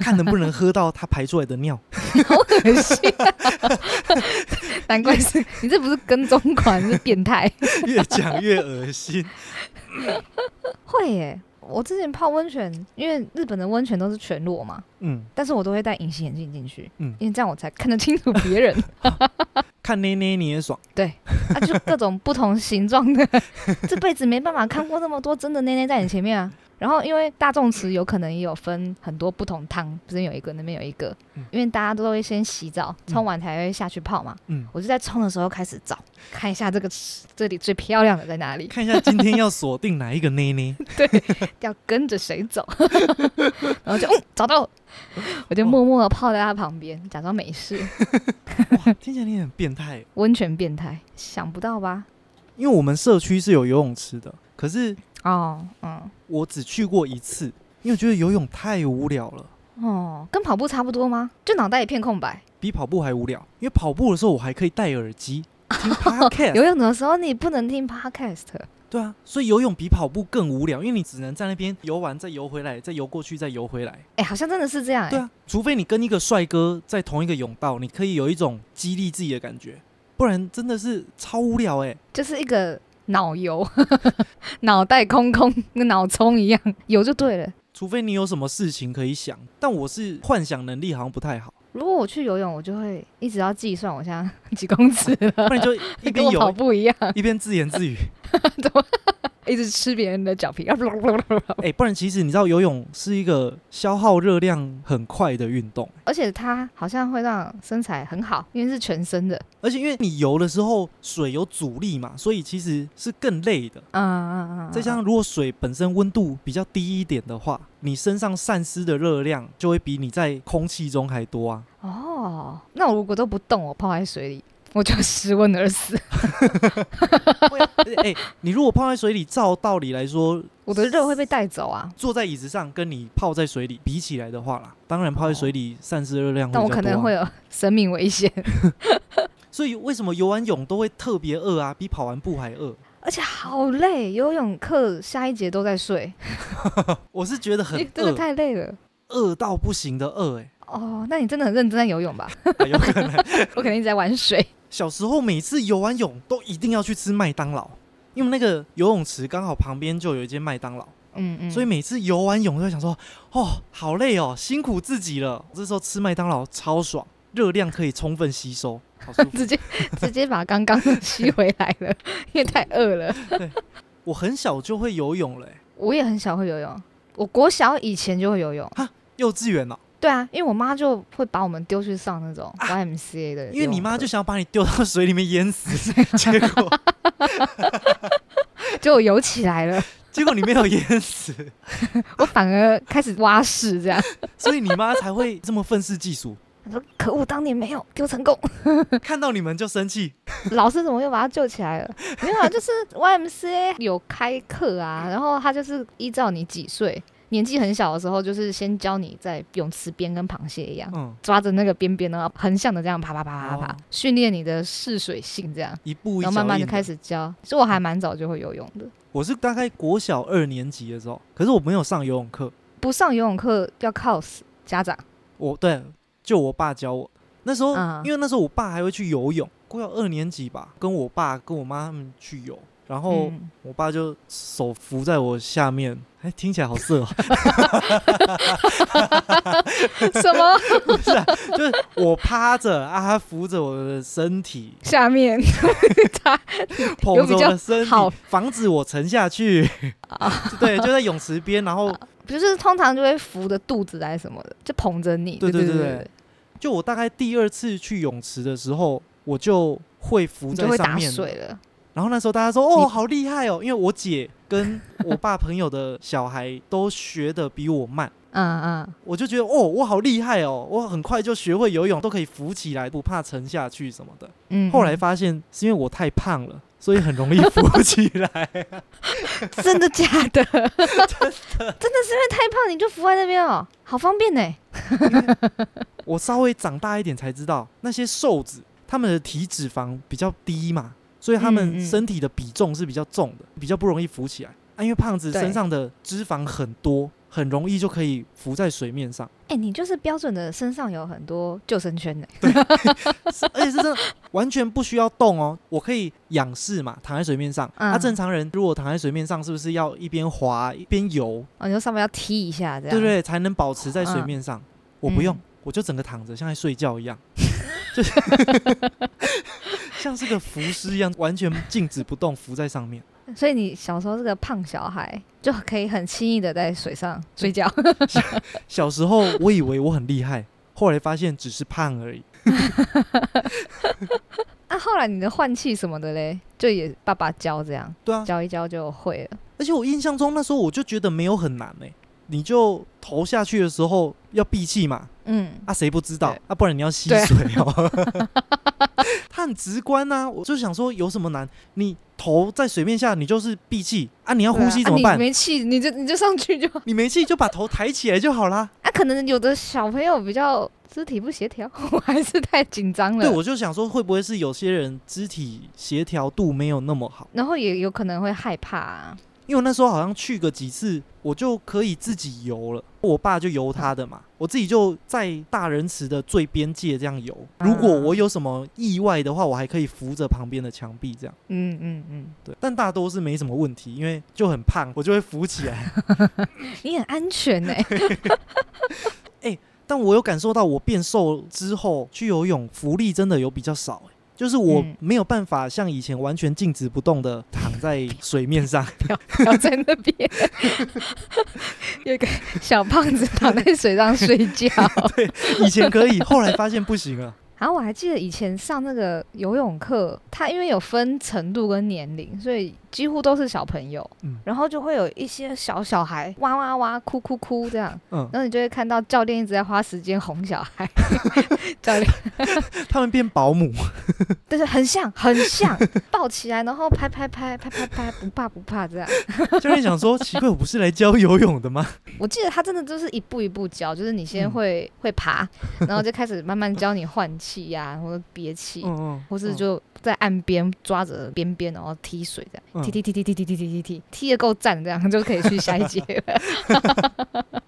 [SPEAKER 2] 看能不能喝到他排出来的尿。
[SPEAKER 1] 好恶心、啊！ [LAUGHS] 难怪是你这不是跟踪狂，是变态。
[SPEAKER 2] 越讲越恶心。
[SPEAKER 1] [LAUGHS] 会耶、我之前泡温泉，因为日本的温泉都是全裸嘛，
[SPEAKER 2] 嗯，
[SPEAKER 1] 但是我都会戴隐形眼镜进去，
[SPEAKER 2] 嗯
[SPEAKER 1] 因为这样我才看得清楚别
[SPEAKER 2] [LAUGHS]
[SPEAKER 1] 人。
[SPEAKER 2] 看捏捏你也爽。
[SPEAKER 1] 啊，就各种不同形状的，
[SPEAKER 2] [LAUGHS]
[SPEAKER 1] 这辈子没办法看过那么多真的内内在你前面啊。然后因为大众池有可能也有分很多不同汤，不是有一个那边有一个
[SPEAKER 2] 嗯，
[SPEAKER 1] 因为大家都会先洗澡，
[SPEAKER 2] 嗯
[SPEAKER 1] 冲完才会下去泡嘛。
[SPEAKER 2] 嗯，
[SPEAKER 1] 我就在冲的时候开始找，看一下这个池这里最漂亮的在哪里，
[SPEAKER 2] 看一下今天要锁定哪一个捏捏。
[SPEAKER 1] 要跟着谁走， [LAUGHS] 然后就嗯找到了，我就默默的泡在他旁边，假装没事。
[SPEAKER 2] 哇，听起来你很变态。
[SPEAKER 1] 温泉变态，想不到吧？
[SPEAKER 2] 因为我们社区是有游泳池的，可是
[SPEAKER 1] 哦，嗯，
[SPEAKER 2] 我只去过一次，因为我觉得游泳太无聊了。
[SPEAKER 1] 哦，跟跑步差不多吗？就脑袋一片空白。
[SPEAKER 2] 比跑步还无聊，因为跑步的时候我还可以戴耳机
[SPEAKER 1] [LAUGHS]
[SPEAKER 2] 听 podcast。
[SPEAKER 1] 游泳的时候你不能听 podcast，
[SPEAKER 2] 对啊，所以游泳比跑步更无聊，因为你只能在那边游完再游回来，再游过去再游回来。
[SPEAKER 1] 哎、好像真的是这样、哎
[SPEAKER 2] 对啊，除非你跟一个帅哥在同一个泳道，你可以有一种激励自己的感觉，不然真的是超无聊哎、
[SPEAKER 1] 就是一个脑油， [LAUGHS] 脑袋空空，跟脑充一样，油就对了。
[SPEAKER 2] 除非你有什么事情可以想，但我是幻想能力好像不太好，
[SPEAKER 1] 如果我去游泳，我就会一直要计算我现在 [LAUGHS] 几公尺了，
[SPEAKER 2] 不然就一
[SPEAKER 1] [LAUGHS] 跟
[SPEAKER 2] 边
[SPEAKER 1] 我跑
[SPEAKER 2] 游
[SPEAKER 1] 步一样，
[SPEAKER 2] 一边自言自语。
[SPEAKER 1] 一直吃别人的脚皮。
[SPEAKER 2] [LAUGHS] 哎、不然其实你知道游泳是一个消耗热量很快的运动，
[SPEAKER 1] [LAUGHS] 而且它好像会让身材很好，因为是全身的。
[SPEAKER 2] 而且因为你游的时候水有阻力嘛，所以其实是更累的。
[SPEAKER 1] 嗯嗯嗯。
[SPEAKER 2] 再加上如果水本身温度比较低一点的话，你身上散失的热量就会比你在空气中还
[SPEAKER 1] [LAUGHS]
[SPEAKER 2] 多啊。
[SPEAKER 1] 哦，那我如果都不动，我泡在水里，我就 [LAUGHS] 失温而死。
[SPEAKER 2] 哎、你如果泡在水里，照道理来说，
[SPEAKER 1] 我的热会被带走
[SPEAKER 2] [LAUGHS]
[SPEAKER 1] 啊，
[SPEAKER 2] 坐在椅子上跟你泡在水里比起来的话啦，当然泡在水里散失的热量会比
[SPEAKER 1] 哦但
[SPEAKER 2] 较
[SPEAKER 1] 我
[SPEAKER 2] 多、啊。
[SPEAKER 1] 可能会有生命危险，
[SPEAKER 2] 所以为什么游完泳都会特别饿啊？比跑完步还饿？
[SPEAKER 1] 而且好累。游泳课下一节都在睡，
[SPEAKER 2] 我是觉得
[SPEAKER 1] 因
[SPEAKER 2] 很
[SPEAKER 1] 为 [LAUGHS] 真的
[SPEAKER 2] 饿，
[SPEAKER 1] 太累了。
[SPEAKER 2] 饿到不行的饿、欸， [LAUGHS]
[SPEAKER 1] 哦，那你真的很认真在游泳吧？
[SPEAKER 2] 哎、有可能。
[SPEAKER 1] 我可能一直在玩水。
[SPEAKER 2] 小时候每次游完泳都一定要去吃麦当劳，因为那个游泳池刚好旁边就有一间麦当劳，
[SPEAKER 1] 嗯嗯。
[SPEAKER 2] 所以每次游完泳都会想说，哦，好累哦，辛苦自己了。这时候吃麦当劳超爽，热量可以充分吸收，好舒服。
[SPEAKER 1] 直接 [LAUGHS] 直接把刚刚的吸回来了，因为太饿了。
[SPEAKER 2] 我很小就会游泳了、欸，
[SPEAKER 1] 我也很小会游泳，我国小以前就会游泳。
[SPEAKER 2] 幼稚园哦、
[SPEAKER 1] 对啊，因为我妈就会把我们丢去上那种 YMCA 的游泳课、
[SPEAKER 2] 因为你妈就想要把你丢到水里面淹死， [LAUGHS] 结果
[SPEAKER 1] 就我游起来了，
[SPEAKER 2] 结果你没有淹死，
[SPEAKER 1] 我反而开始挖屎这 [LAUGHS] 样。
[SPEAKER 2] 所以你妈才会这么愤世嫉俗，
[SPEAKER 1] 我说可恶，当年没有丢成功，
[SPEAKER 2] 看到你们就生气。
[SPEAKER 1] 老师怎么又把他救起来了？没有啊，就是 YMCA 有开课啊，然后他就是依照你几岁。年纪很小的时候，就是先教你在泳池边跟螃蟹一样，
[SPEAKER 2] 嗯，
[SPEAKER 1] 抓着那个边边，然后横向的这样爬爬爬爬爬
[SPEAKER 2] 哦，
[SPEAKER 1] 训练你的嗜水性，这样，
[SPEAKER 2] 一步一
[SPEAKER 1] 然后
[SPEAKER 2] 脚
[SPEAKER 1] 慢慢
[SPEAKER 2] 印
[SPEAKER 1] 就开始教。其实我还蛮早就会游泳的，
[SPEAKER 2] 我是大概国小二年级的时候，可是我没有上游泳课。
[SPEAKER 1] 不上游泳课要靠死家长。
[SPEAKER 2] 我对，就我爸教我。那时候，
[SPEAKER 1] 嗯
[SPEAKER 2] 因为那时候我爸还会去游泳，国小二年级吧，跟我爸跟我妈他们去游，然后
[SPEAKER 1] 嗯， [LAUGHS]
[SPEAKER 2] 我爸就手扶在我下面，哎，听起来
[SPEAKER 1] [LAUGHS]
[SPEAKER 2] 好色哦、
[SPEAKER 1] 什么？
[SPEAKER 2] 不是、啊，就是我趴着啊，他扶着我的
[SPEAKER 1] [LAUGHS]
[SPEAKER 2] 身体，
[SPEAKER 1] 下面
[SPEAKER 2] [LAUGHS]
[SPEAKER 1] 他
[SPEAKER 2] 捧
[SPEAKER 1] 有比
[SPEAKER 2] 着我
[SPEAKER 1] 较
[SPEAKER 2] 的身体
[SPEAKER 1] 好，
[SPEAKER 2] 防止我沉
[SPEAKER 1] [LAUGHS]
[SPEAKER 2] 下去。对，就在泳池边，然后
[SPEAKER 1] 就是通常就会扶着肚子还是什么的，就捧着你。
[SPEAKER 2] 对
[SPEAKER 1] 对
[SPEAKER 2] 对对
[SPEAKER 1] 对
[SPEAKER 2] 对，就我大概第二次去泳池的时候，我就会浮
[SPEAKER 1] 你
[SPEAKER 2] 在
[SPEAKER 1] 就会
[SPEAKER 2] 上
[SPEAKER 1] 打
[SPEAKER 2] 面。
[SPEAKER 1] 水了。
[SPEAKER 2] 然后那时候大家说：“哦，
[SPEAKER 1] 你
[SPEAKER 2] 好厉害哦！”因为我姐
[SPEAKER 1] [LAUGHS]
[SPEAKER 2] 跟我爸朋友的小孩都学的比我慢，
[SPEAKER 1] 嗯嗯，
[SPEAKER 2] 我就觉得哦，我好厉害哦，我很快就学会游泳，都可以浮起来，不怕沉下去什么的。
[SPEAKER 1] 嗯，
[SPEAKER 2] 后来发现是因为我太胖了，所以很容易浮起
[SPEAKER 1] [LAUGHS]
[SPEAKER 2] 来。
[SPEAKER 1] [LAUGHS] 真的假
[SPEAKER 2] [LAUGHS]
[SPEAKER 1] 的？真的，真的是因为太胖，你就扶在那边哦，好方便呢。
[SPEAKER 2] 我稍微长大一点才知道，那些瘦子他们的体脂肪比较低嘛，所以他
[SPEAKER 1] 嗯
[SPEAKER 2] 们
[SPEAKER 1] 嗯
[SPEAKER 2] 身体的比重是比较重的，比较不容易浮起来。啊，因为胖子
[SPEAKER 1] 对
[SPEAKER 2] 身上的脂肪很多，很容易就可以浮在水面上。
[SPEAKER 1] 哎，你就是标准的身上有很多救生圈呢。
[SPEAKER 2] 是而且是真的完全不需要动哦，我可以仰视嘛，躺在水面上。
[SPEAKER 1] 嗯
[SPEAKER 2] 啊，正常人如果躺在水面上，是不是要一边滑一边游，
[SPEAKER 1] 哦，你说上面要踢一下这样。
[SPEAKER 2] 对不对，才能保持在水
[SPEAKER 1] 啊嗯
[SPEAKER 2] 面上？我不用
[SPEAKER 1] 嗯，
[SPEAKER 2] 我就整个躺着，像在睡
[SPEAKER 1] [LAUGHS]
[SPEAKER 2] 觉一样，就是像是个浮尸一样，完全静止不动，浮在上面。
[SPEAKER 1] 所以你小时候是个胖小孩，就可以很轻易的在水上睡觉。
[SPEAKER 2] 小时候我以为我很厉害，后来发现只是胖而已。
[SPEAKER 1] 啊，后来你的换气什么的嘞，就也爸爸教这样，
[SPEAKER 2] 对啊，
[SPEAKER 1] 教一教就会了。
[SPEAKER 2] 而且我印象中那时候我就觉得没有很难哎、你就投下去的时候要闭气嘛，
[SPEAKER 1] 嗯，
[SPEAKER 2] 啊，谁不知道
[SPEAKER 1] 对
[SPEAKER 2] 啊？不然你要吸
[SPEAKER 1] 对啊
[SPEAKER 2] [LAUGHS] 啊水哦。它很直观呐、我就想说有什么难？你头在水面下，你就是闭气啊，你要
[SPEAKER 1] 要
[SPEAKER 2] 呼吸怎么
[SPEAKER 1] 你
[SPEAKER 2] 办？
[SPEAKER 1] 没气，你就你就上去就好。
[SPEAKER 2] 你没气就把头抬起来就好啦。
[SPEAKER 1] [LAUGHS] 啊，可能有的小朋友比 [LAUGHS] 较肢体不协调，我还是太紧张了。
[SPEAKER 2] 对，我就想说，会不会是有些人肢体协调度没有那么好？
[SPEAKER 1] 然后也有可能会害怕、啊。
[SPEAKER 2] 因为我那时候好像去个几次，我就可以自己游了。我爸就游他的
[SPEAKER 1] 嗯
[SPEAKER 2] 嘛，我自己就在大人池的最边界这样游。
[SPEAKER 1] 嗯
[SPEAKER 2] 如果我有什么意外的话，我还可以扶着旁边的墙壁这样。
[SPEAKER 1] 嗯嗯嗯，
[SPEAKER 2] 对，但大多是没什么问题，因为就很胖，我就会浮
[SPEAKER 1] [LAUGHS]
[SPEAKER 2] 起来。
[SPEAKER 1] 你很安全欸呢、
[SPEAKER 2] 但我有感受到，我变瘦之后去游泳，浮力真的有比较少、欸就是我
[SPEAKER 1] 嗯
[SPEAKER 2] 没有办法像以前完全静止不动的躺在水
[SPEAKER 1] [LAUGHS]
[SPEAKER 2] 面上，
[SPEAKER 1] 不要在那边 [LAUGHS] 有个小胖子躺在水上睡觉。
[SPEAKER 2] 以前可以，后来发现不行啊。
[SPEAKER 1] 然后我还记得以前上那个游泳课，它因为有分程度跟年龄，所以几乎都是小朋友。
[SPEAKER 2] 嗯
[SPEAKER 1] 然后就会有一些小小孩哇哇哇哭哭哭这样，
[SPEAKER 2] 嗯，
[SPEAKER 1] 然后你就会看到教练一直在花时间哄小孩， [LAUGHS] 教练
[SPEAKER 2] 他们变
[SPEAKER 1] [LAUGHS]
[SPEAKER 2] 保姆，
[SPEAKER 1] 但是很像很像抱起来，然后拍拍拍拍拍拍，不怕不怕这样。
[SPEAKER 2] 教练想说，奇怪，我不是来教游泳的吗？
[SPEAKER 1] 我记得他真的就是一步一步教，就是你先
[SPEAKER 2] 嗯
[SPEAKER 1] 会、会爬，然后就开始慢慢教你换气呀、或者憋气，
[SPEAKER 2] 嗯嗯，
[SPEAKER 1] 或是
[SPEAKER 2] 嗯
[SPEAKER 1] 就在岸边抓着边边，然后踢水这样，
[SPEAKER 2] 嗯
[SPEAKER 1] 踢踢踢踢踢踢踢踢踢踢，踢的够赞，这样就可以去下一
[SPEAKER 2] [LAUGHS]
[SPEAKER 1] 节了。
[SPEAKER 2] 嗯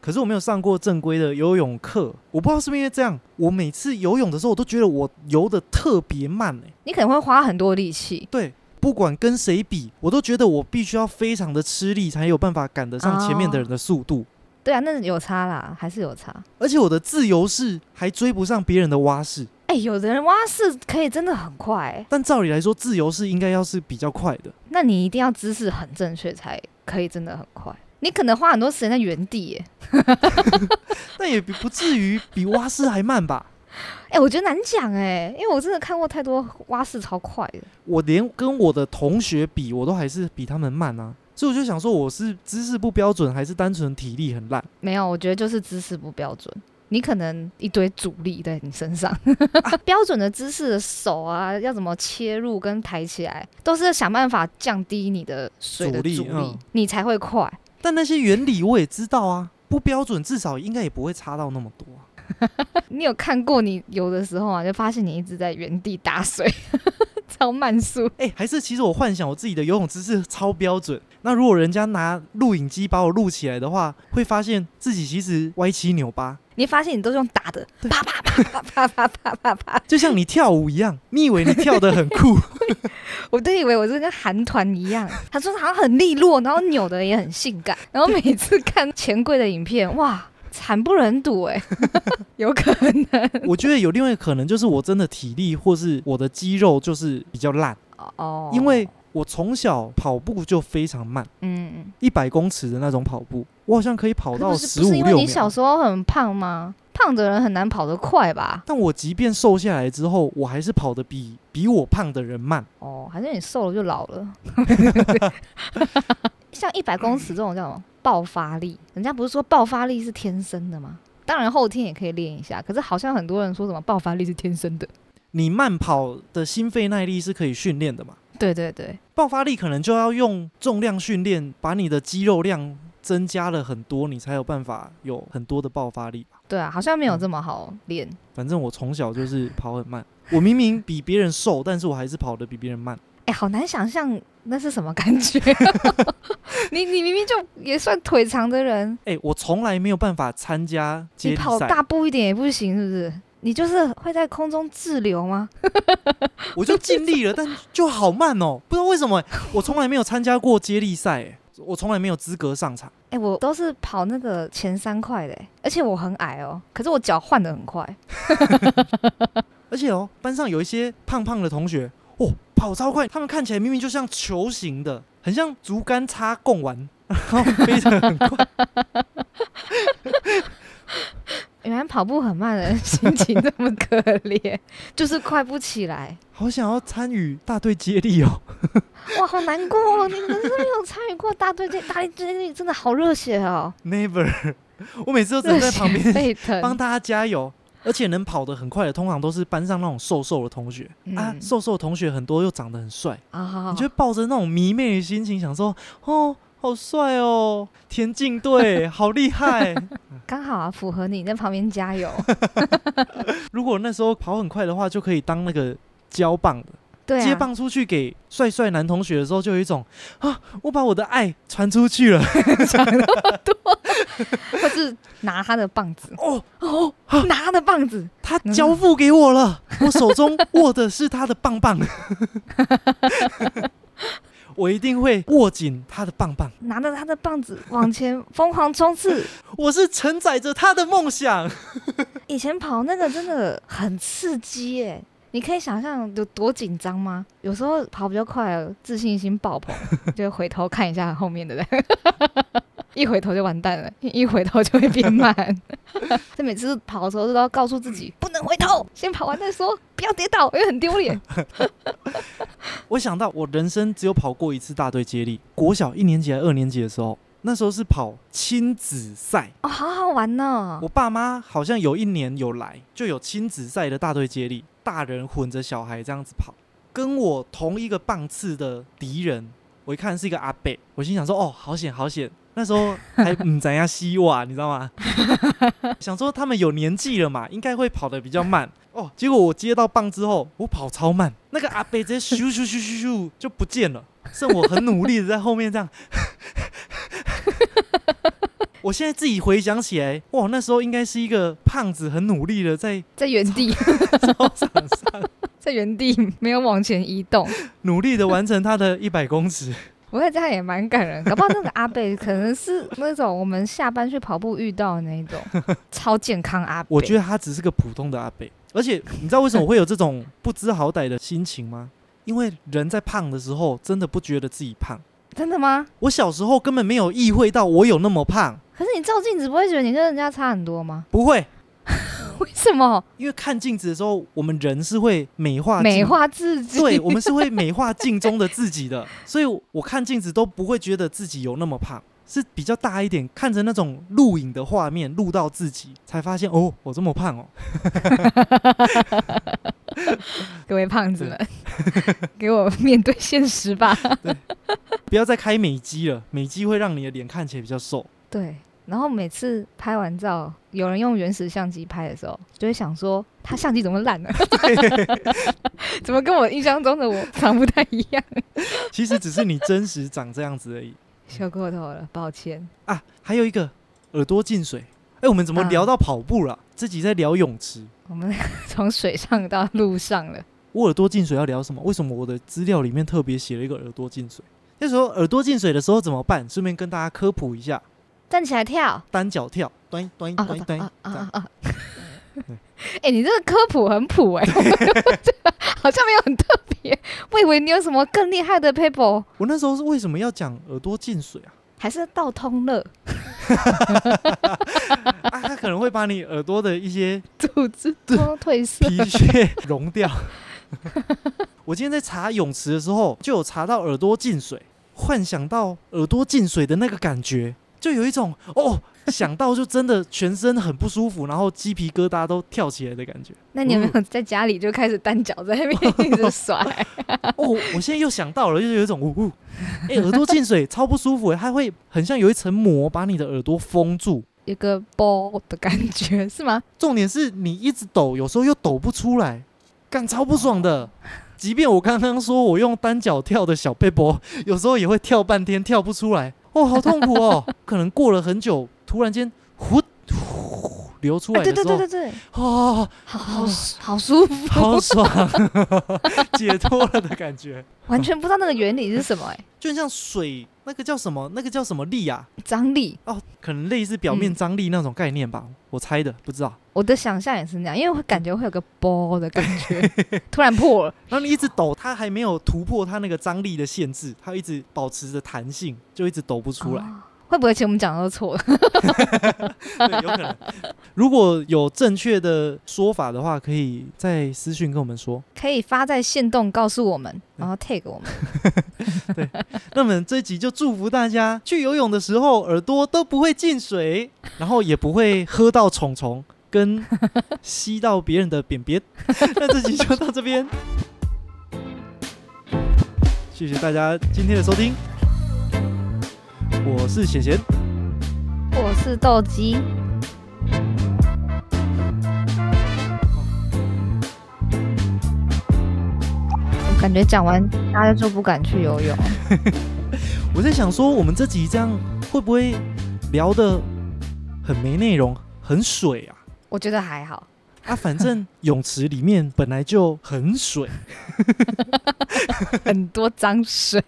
[SPEAKER 2] 可是我没有上过正规的游泳课，我不知道是不是因为这样，我每次游泳的时候，我都觉得我游的特别慢哎、
[SPEAKER 1] 你可能会花很多力气
[SPEAKER 2] 对，不管跟谁比，我都觉得我必须要非常的吃力，才有办法赶得上前面的人的速度。
[SPEAKER 1] 对啊，那有差啦，还是有差。
[SPEAKER 2] 而且我的自由式还追不上别人的蛙式，
[SPEAKER 1] 哎、有的人蛙式可以真的很快、欸，
[SPEAKER 2] 但照理来说，自由式应该要是比较快的。
[SPEAKER 1] 那你一定要姿势很正确才可以，真的很快。你可能花很多时间在原地、欸，
[SPEAKER 2] 但也比不至于比蛙式还慢吧？
[SPEAKER 1] 哎、我觉得难讲哎、因为我真的看过太多蛙式超快的。
[SPEAKER 2] 我连跟我的同学比，我都还是比他们慢啊。所以我就想说，我是姿势不标准，还是单纯体力很烂？
[SPEAKER 1] 没有，我觉得就是姿势不标准。你可能一堆阻力在你身
[SPEAKER 2] [LAUGHS]
[SPEAKER 1] 上，标准的姿势的手啊，要怎么切入跟抬起来，都是想办法降低你的水的
[SPEAKER 2] 阻
[SPEAKER 1] 阻
[SPEAKER 2] 力
[SPEAKER 1] 力，
[SPEAKER 2] 嗯
[SPEAKER 1] 你才会快。 [LAUGHS]
[SPEAKER 2] 但那些原理我也知道啊，不标准至少应该也不会差到那么多啊、
[SPEAKER 1] 你有看过你游的时候啊，就发现你一直在原地打水， [LAUGHS] 超慢速。
[SPEAKER 2] 哎、还是其实我幻想我自己的游泳姿势超标准。那如果人家拿录影机把我录起来的话，会发现自己其实歪七扭
[SPEAKER 1] [LAUGHS]
[SPEAKER 2] 八，
[SPEAKER 1] 你发现你都是用打的，
[SPEAKER 2] 对
[SPEAKER 1] 啪啪啪啪啪啪啪啪啪。
[SPEAKER 2] 就像你跳舞一样，你以为你跳得很酷， [LAUGHS]
[SPEAKER 1] 我都以为我是跟韩团一样，他说好像很利落，然后扭的也很性感，然后每次看钱柜的影片，哇，惨不忍睹哎、 [LAUGHS] 有可能
[SPEAKER 2] 我觉得有另外一个可能，就是我真的体力或是我的肌肉就是比较烂，
[SPEAKER 1] 哦，
[SPEAKER 2] [LAUGHS] 因为我从小跑步就非常慢，
[SPEAKER 1] 嗯，
[SPEAKER 2] 一百公尺的那种跑步，我好像可以跑到
[SPEAKER 1] 不是
[SPEAKER 2] 十
[SPEAKER 1] 不
[SPEAKER 2] 五
[SPEAKER 1] 是因为
[SPEAKER 2] 六
[SPEAKER 1] 你小
[SPEAKER 2] 秒。
[SPEAKER 1] 时候很胖吗？胖的人很难跑得快吧？
[SPEAKER 2] 但我即便瘦下来之后，我还是跑得比比我胖的人慢。
[SPEAKER 1] 哦，还是你瘦了就老了。 [LAUGHS] 像一百公尺这种叫什么爆发力？人家不是说爆发力是天生的吗？当然后天也可以练一下，可是好像很多人说什么爆发力是天生的。
[SPEAKER 2] 你慢跑的心肺耐力是可以训练的嘛？
[SPEAKER 1] 对对对，
[SPEAKER 2] 爆发力可能就要用重量训练，把你的肌肉量增加了很多，你才有办法有很多的爆发力吧。
[SPEAKER 1] 对啊，好像没有这么好练。
[SPEAKER 2] 反正我从小就是跑很慢，我明明比别人瘦，但是我还是跑得比别人慢。
[SPEAKER 1] 哎、好难想象那是什么感 [LAUGHS] 觉。你你明明就也算腿长的人，
[SPEAKER 2] 哎、我从来没有办法参加接
[SPEAKER 1] 你
[SPEAKER 2] 力
[SPEAKER 1] 跑
[SPEAKER 2] 赛，
[SPEAKER 1] 大步一点也不行，是不是？你就是会在空中滞留吗？
[SPEAKER 2] 我就尽力了，但就好慢哦，不知道为什么、我从来没有参加过接力赛、哎，我从来没有资格上场。
[SPEAKER 1] 哎、我都是跑那个前三块的、而且我很矮哦，可是我脚换的很快。
[SPEAKER 2] 而且哦，班上有一些胖胖的同学，哦，跑超快，他们看起来明明就像球形的，很像竹竿插贡丸， [LAUGHS] 然后飞得很快。 [LAUGHS]
[SPEAKER 1] 原来跑步很慢的人心情这么可怜， [LAUGHS] 就是快不起来。
[SPEAKER 2] 好想要参与大队接力哦！ [LAUGHS]
[SPEAKER 1] 哇，好难过哦！你们是没有参与过大队接大队接力，真的好热血哦，
[SPEAKER 2] Never，我每次都只 [LAUGHS]
[SPEAKER 1] 热
[SPEAKER 2] 能在
[SPEAKER 1] 血
[SPEAKER 2] 旁边
[SPEAKER 1] 沸
[SPEAKER 2] 帮
[SPEAKER 1] 腾。
[SPEAKER 2] 大家加油。而且能跑得很快的，通常都是班上那种瘦瘦的同学、啊
[SPEAKER 1] 嗯，
[SPEAKER 2] 瘦瘦的同学很多又长得很帅，
[SPEAKER 1] 啊，好好
[SPEAKER 2] 你就会抱着那种迷妹的心情，想说哦。好帅哦！田径队好厉害。
[SPEAKER 1] 刚好啊，符合你在旁边加
[SPEAKER 2] [LAUGHS]
[SPEAKER 1] 油。
[SPEAKER 2] 如果那时候跑很快的话，就可以当那个交棒的，
[SPEAKER 1] 对、啊，
[SPEAKER 2] 接棒出去给帅帅男同学的时候，就有一种啊，我把我的爱传出去了。
[SPEAKER 1] 或是拿他的棒子
[SPEAKER 2] 哦，
[SPEAKER 1] 哦，拿他的棒子，
[SPEAKER 2] 他交付给我
[SPEAKER 1] [LAUGHS]
[SPEAKER 2] 了，我手中握的是他的棒 [LAUGHS] 棒，我一定会握紧他的棒棒，
[SPEAKER 1] 拿着他的棒子往前疯狂冲刺。 [LAUGHS]
[SPEAKER 2] 我是承载着他的梦想。
[SPEAKER 1] 以前跑那个真的很刺激耶、你可以想象有多紧张吗？有时候跑比较快了，自信心爆
[SPEAKER 2] [LAUGHS]
[SPEAKER 1] 棚，就回头看一下后面的人， [LAUGHS] 一回头就完蛋了，一回头就会变慢。
[SPEAKER 2] [LAUGHS]
[SPEAKER 1] 这每次跑的时候都要告诉自己
[SPEAKER 2] 嗯
[SPEAKER 1] 不能回头，先跑完再说，不要跌倒，因为很丢
[SPEAKER 2] [LAUGHS]
[SPEAKER 1] 脸。
[SPEAKER 2] 我想到我人生只有跑过一次大队接力，国小一年级还二年级的时候，那时候是跑亲子赛，
[SPEAKER 1] 哦，好好玩哦！
[SPEAKER 2] 我爸妈好像有一年有来，就有亲子赛的大队接力，大人混着小孩这样子跑。跟我同一个棒次的敌人，我一看是一个阿伯，我心想说：“哦，好险，好险！”那时候还唔怎样西瓦，你知道吗？想说他们有年纪了嘛，应该会跑得比较慢哦。结果我接到棒之后，我跑超慢，那个阿伯直接咻咻咻咻咻就不见了，剩我很努力的在后面这样。我现在自己回想起来，哇，那时候应该是一个胖子，很努力的在
[SPEAKER 1] 在原地， [LAUGHS]
[SPEAKER 2] 操场上
[SPEAKER 1] 在原地没有往前移动。
[SPEAKER 2] 努力的完成他的一百公尺。
[SPEAKER 1] 我觉得这样也蛮感人，搞不好那个阿贝可能是那种我们下班去跑步遇到的那一
[SPEAKER 2] [LAUGHS]
[SPEAKER 1] 种超健康阿贝。
[SPEAKER 2] 我觉
[SPEAKER 1] 得
[SPEAKER 2] 得他只是个普通的阿伯，而且你知道为什么我会有这种不知好歹的心情吗？因为人在胖的时候，真的不觉得自己胖。
[SPEAKER 1] 真的吗？
[SPEAKER 2] 我小时候根本没有意会到我有那么胖，
[SPEAKER 1] 可是你照镜子不会觉得你跟人家差很多
[SPEAKER 2] [LAUGHS]
[SPEAKER 1] 吗？
[SPEAKER 2] 不会，
[SPEAKER 1] 为什么
[SPEAKER 2] 因为看镜子的时候，我们人是会美化镜
[SPEAKER 1] 美，化自己？ [LAUGHS]
[SPEAKER 2] 对，我们是会美化镜中的自己的，所以我看镜子都不会觉得自己有那么胖，是比较大一点，看着那种录影的画面，录到自己才发现，哦，我这么胖哦。
[SPEAKER 1] 各位胖子们，给我面对现实
[SPEAKER 2] [LAUGHS]
[SPEAKER 1] 吧。
[SPEAKER 2] 不要再开美肌了，美肌会让你的脸看起来比较瘦。
[SPEAKER 1] 对，然后每次拍完照，有人用原始相机拍的时候，就会想说他相机怎么烂了、 [LAUGHS] 怎么跟我印象中的我长不太一样？
[SPEAKER 2] 其实只是你真实长这样子而已 [LAUGHS]
[SPEAKER 1] 笑过头了，抱歉。
[SPEAKER 2] 啊。还有一个耳朵进水，哎、我们怎么
[SPEAKER 1] 啊
[SPEAKER 2] 聊到跑步了？自己在聊泳池。
[SPEAKER 1] 我们从水上到路上了。
[SPEAKER 2] 我耳朵进水要聊什么？为什么我的资料里面特别写了一个耳朵进水？那时候耳朵进水的时候怎么办？顺便跟大家科普一下，
[SPEAKER 1] 站起来跳。
[SPEAKER 2] 单脚跳，端端
[SPEAKER 1] 啊
[SPEAKER 2] 端
[SPEAKER 1] 啊
[SPEAKER 2] 端，
[SPEAKER 1] 啊
[SPEAKER 2] 这样
[SPEAKER 1] 啊！啊哎、你这个科普很普哎、 [LAUGHS] 好像没有很特别。我以为你有什么更厉害的 paper，
[SPEAKER 2] 我那时候是为什么要讲耳朵进水啊？
[SPEAKER 1] 还是道通乐
[SPEAKER 2] 啊，它可能会把你耳朵的一些
[SPEAKER 1] 组织通褪哦色
[SPEAKER 2] 皮屑融掉。 [LAUGHS] 我今天在查泳池的时候，就有查到耳朵进水，幻想到耳朵进水的那个感觉，就有一种哦，想到就真的全身很不舒服，然后鸡皮疙瘩都跳起来的感觉。
[SPEAKER 1] [LAUGHS] 那你有没有在家里就开始单脚在那边一直甩？
[SPEAKER 2] 哦，我现在又想到了，就是有一种呜呜，哎、耳朵进水超不舒服，它会很像有一层膜把你的耳朵封住。
[SPEAKER 1] [LAUGHS] 有个包的感觉是吗？
[SPEAKER 2] 重点是你一直抖，有时候又抖不出来，干超不爽的。即便我刚刚说我用单脚跳的小背波，有时候也会跳半天跳不出来，哦，好痛苦哦。 [LAUGHS] 可能过了很久，突然间呼呼流出
[SPEAKER 1] 啊、
[SPEAKER 2] 来
[SPEAKER 1] 对对
[SPEAKER 2] 的时候，
[SPEAKER 1] 对对对，
[SPEAKER 2] 哦，
[SPEAKER 1] 好好好舒服，
[SPEAKER 2] 好爽， [LAUGHS] 解脱了的感觉，
[SPEAKER 1] 完全不知道那个原理是什么哎、
[SPEAKER 2] 就很像水那个叫什么，那个叫什么力啊？
[SPEAKER 1] 张力。
[SPEAKER 2] 哦，可能类似表面
[SPEAKER 1] 嗯
[SPEAKER 2] 张力那种概念吧，我猜的，不知道。
[SPEAKER 1] 我的想象也是那样，因为会感觉会有个包的感觉， [LAUGHS] 突然破了，
[SPEAKER 2] 然后你一直抖，它还没有突破它那个张力的限制，它一直保持着弹性，就一直抖不出来。
[SPEAKER 1] 哦会不会其实我们讲的都错了？
[SPEAKER 2] 对，有可能。如果有正确的说法的话，可以在私讯跟我们说。
[SPEAKER 1] 可以发在线动告诉我们，然后 tag 我们。
[SPEAKER 2] 那么这一集就祝福大家去游泳的时候耳朵都不会进水，然后也不会喝到虫虫。跟吸到别人的便便。那这集就到这边，谢谢大家今天的收听，我是贤贤，
[SPEAKER 1] 我是斗鸡，我感觉讲完大家就不敢去游泳。
[SPEAKER 2] 我在想说我们这集这样会不会聊的很没内容，很水啊？
[SPEAKER 1] 我觉得还好，
[SPEAKER 2] 啊，反正泳池里面本来就很水，
[SPEAKER 1] 很多脏水。